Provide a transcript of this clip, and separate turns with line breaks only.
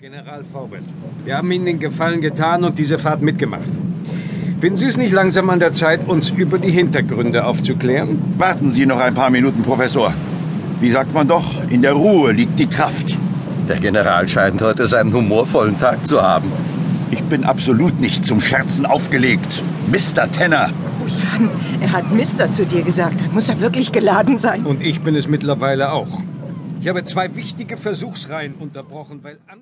General Forbes, wir haben Ihnen den Gefallen getan und diese Fahrt mitgemacht. Finden Sie es nicht langsam an der Zeit, uns über die Hintergründe aufzuklären?
Warten Sie noch ein paar Minuten, Professor. Wie sagt man doch, in der Ruhe liegt die Kraft.
Der General scheint heute seinen humorvollen Tag zu haben.
Ich bin absolut nicht zum Scherzen aufgelegt. Mr. Tanner,
Oh Jan, er hat Mister zu dir gesagt. Dann muss er wirklich geladen sein.
Und ich bin es mittlerweile auch. Ich habe zwei wichtige Versuchsreihen unterbrochen, weil... an-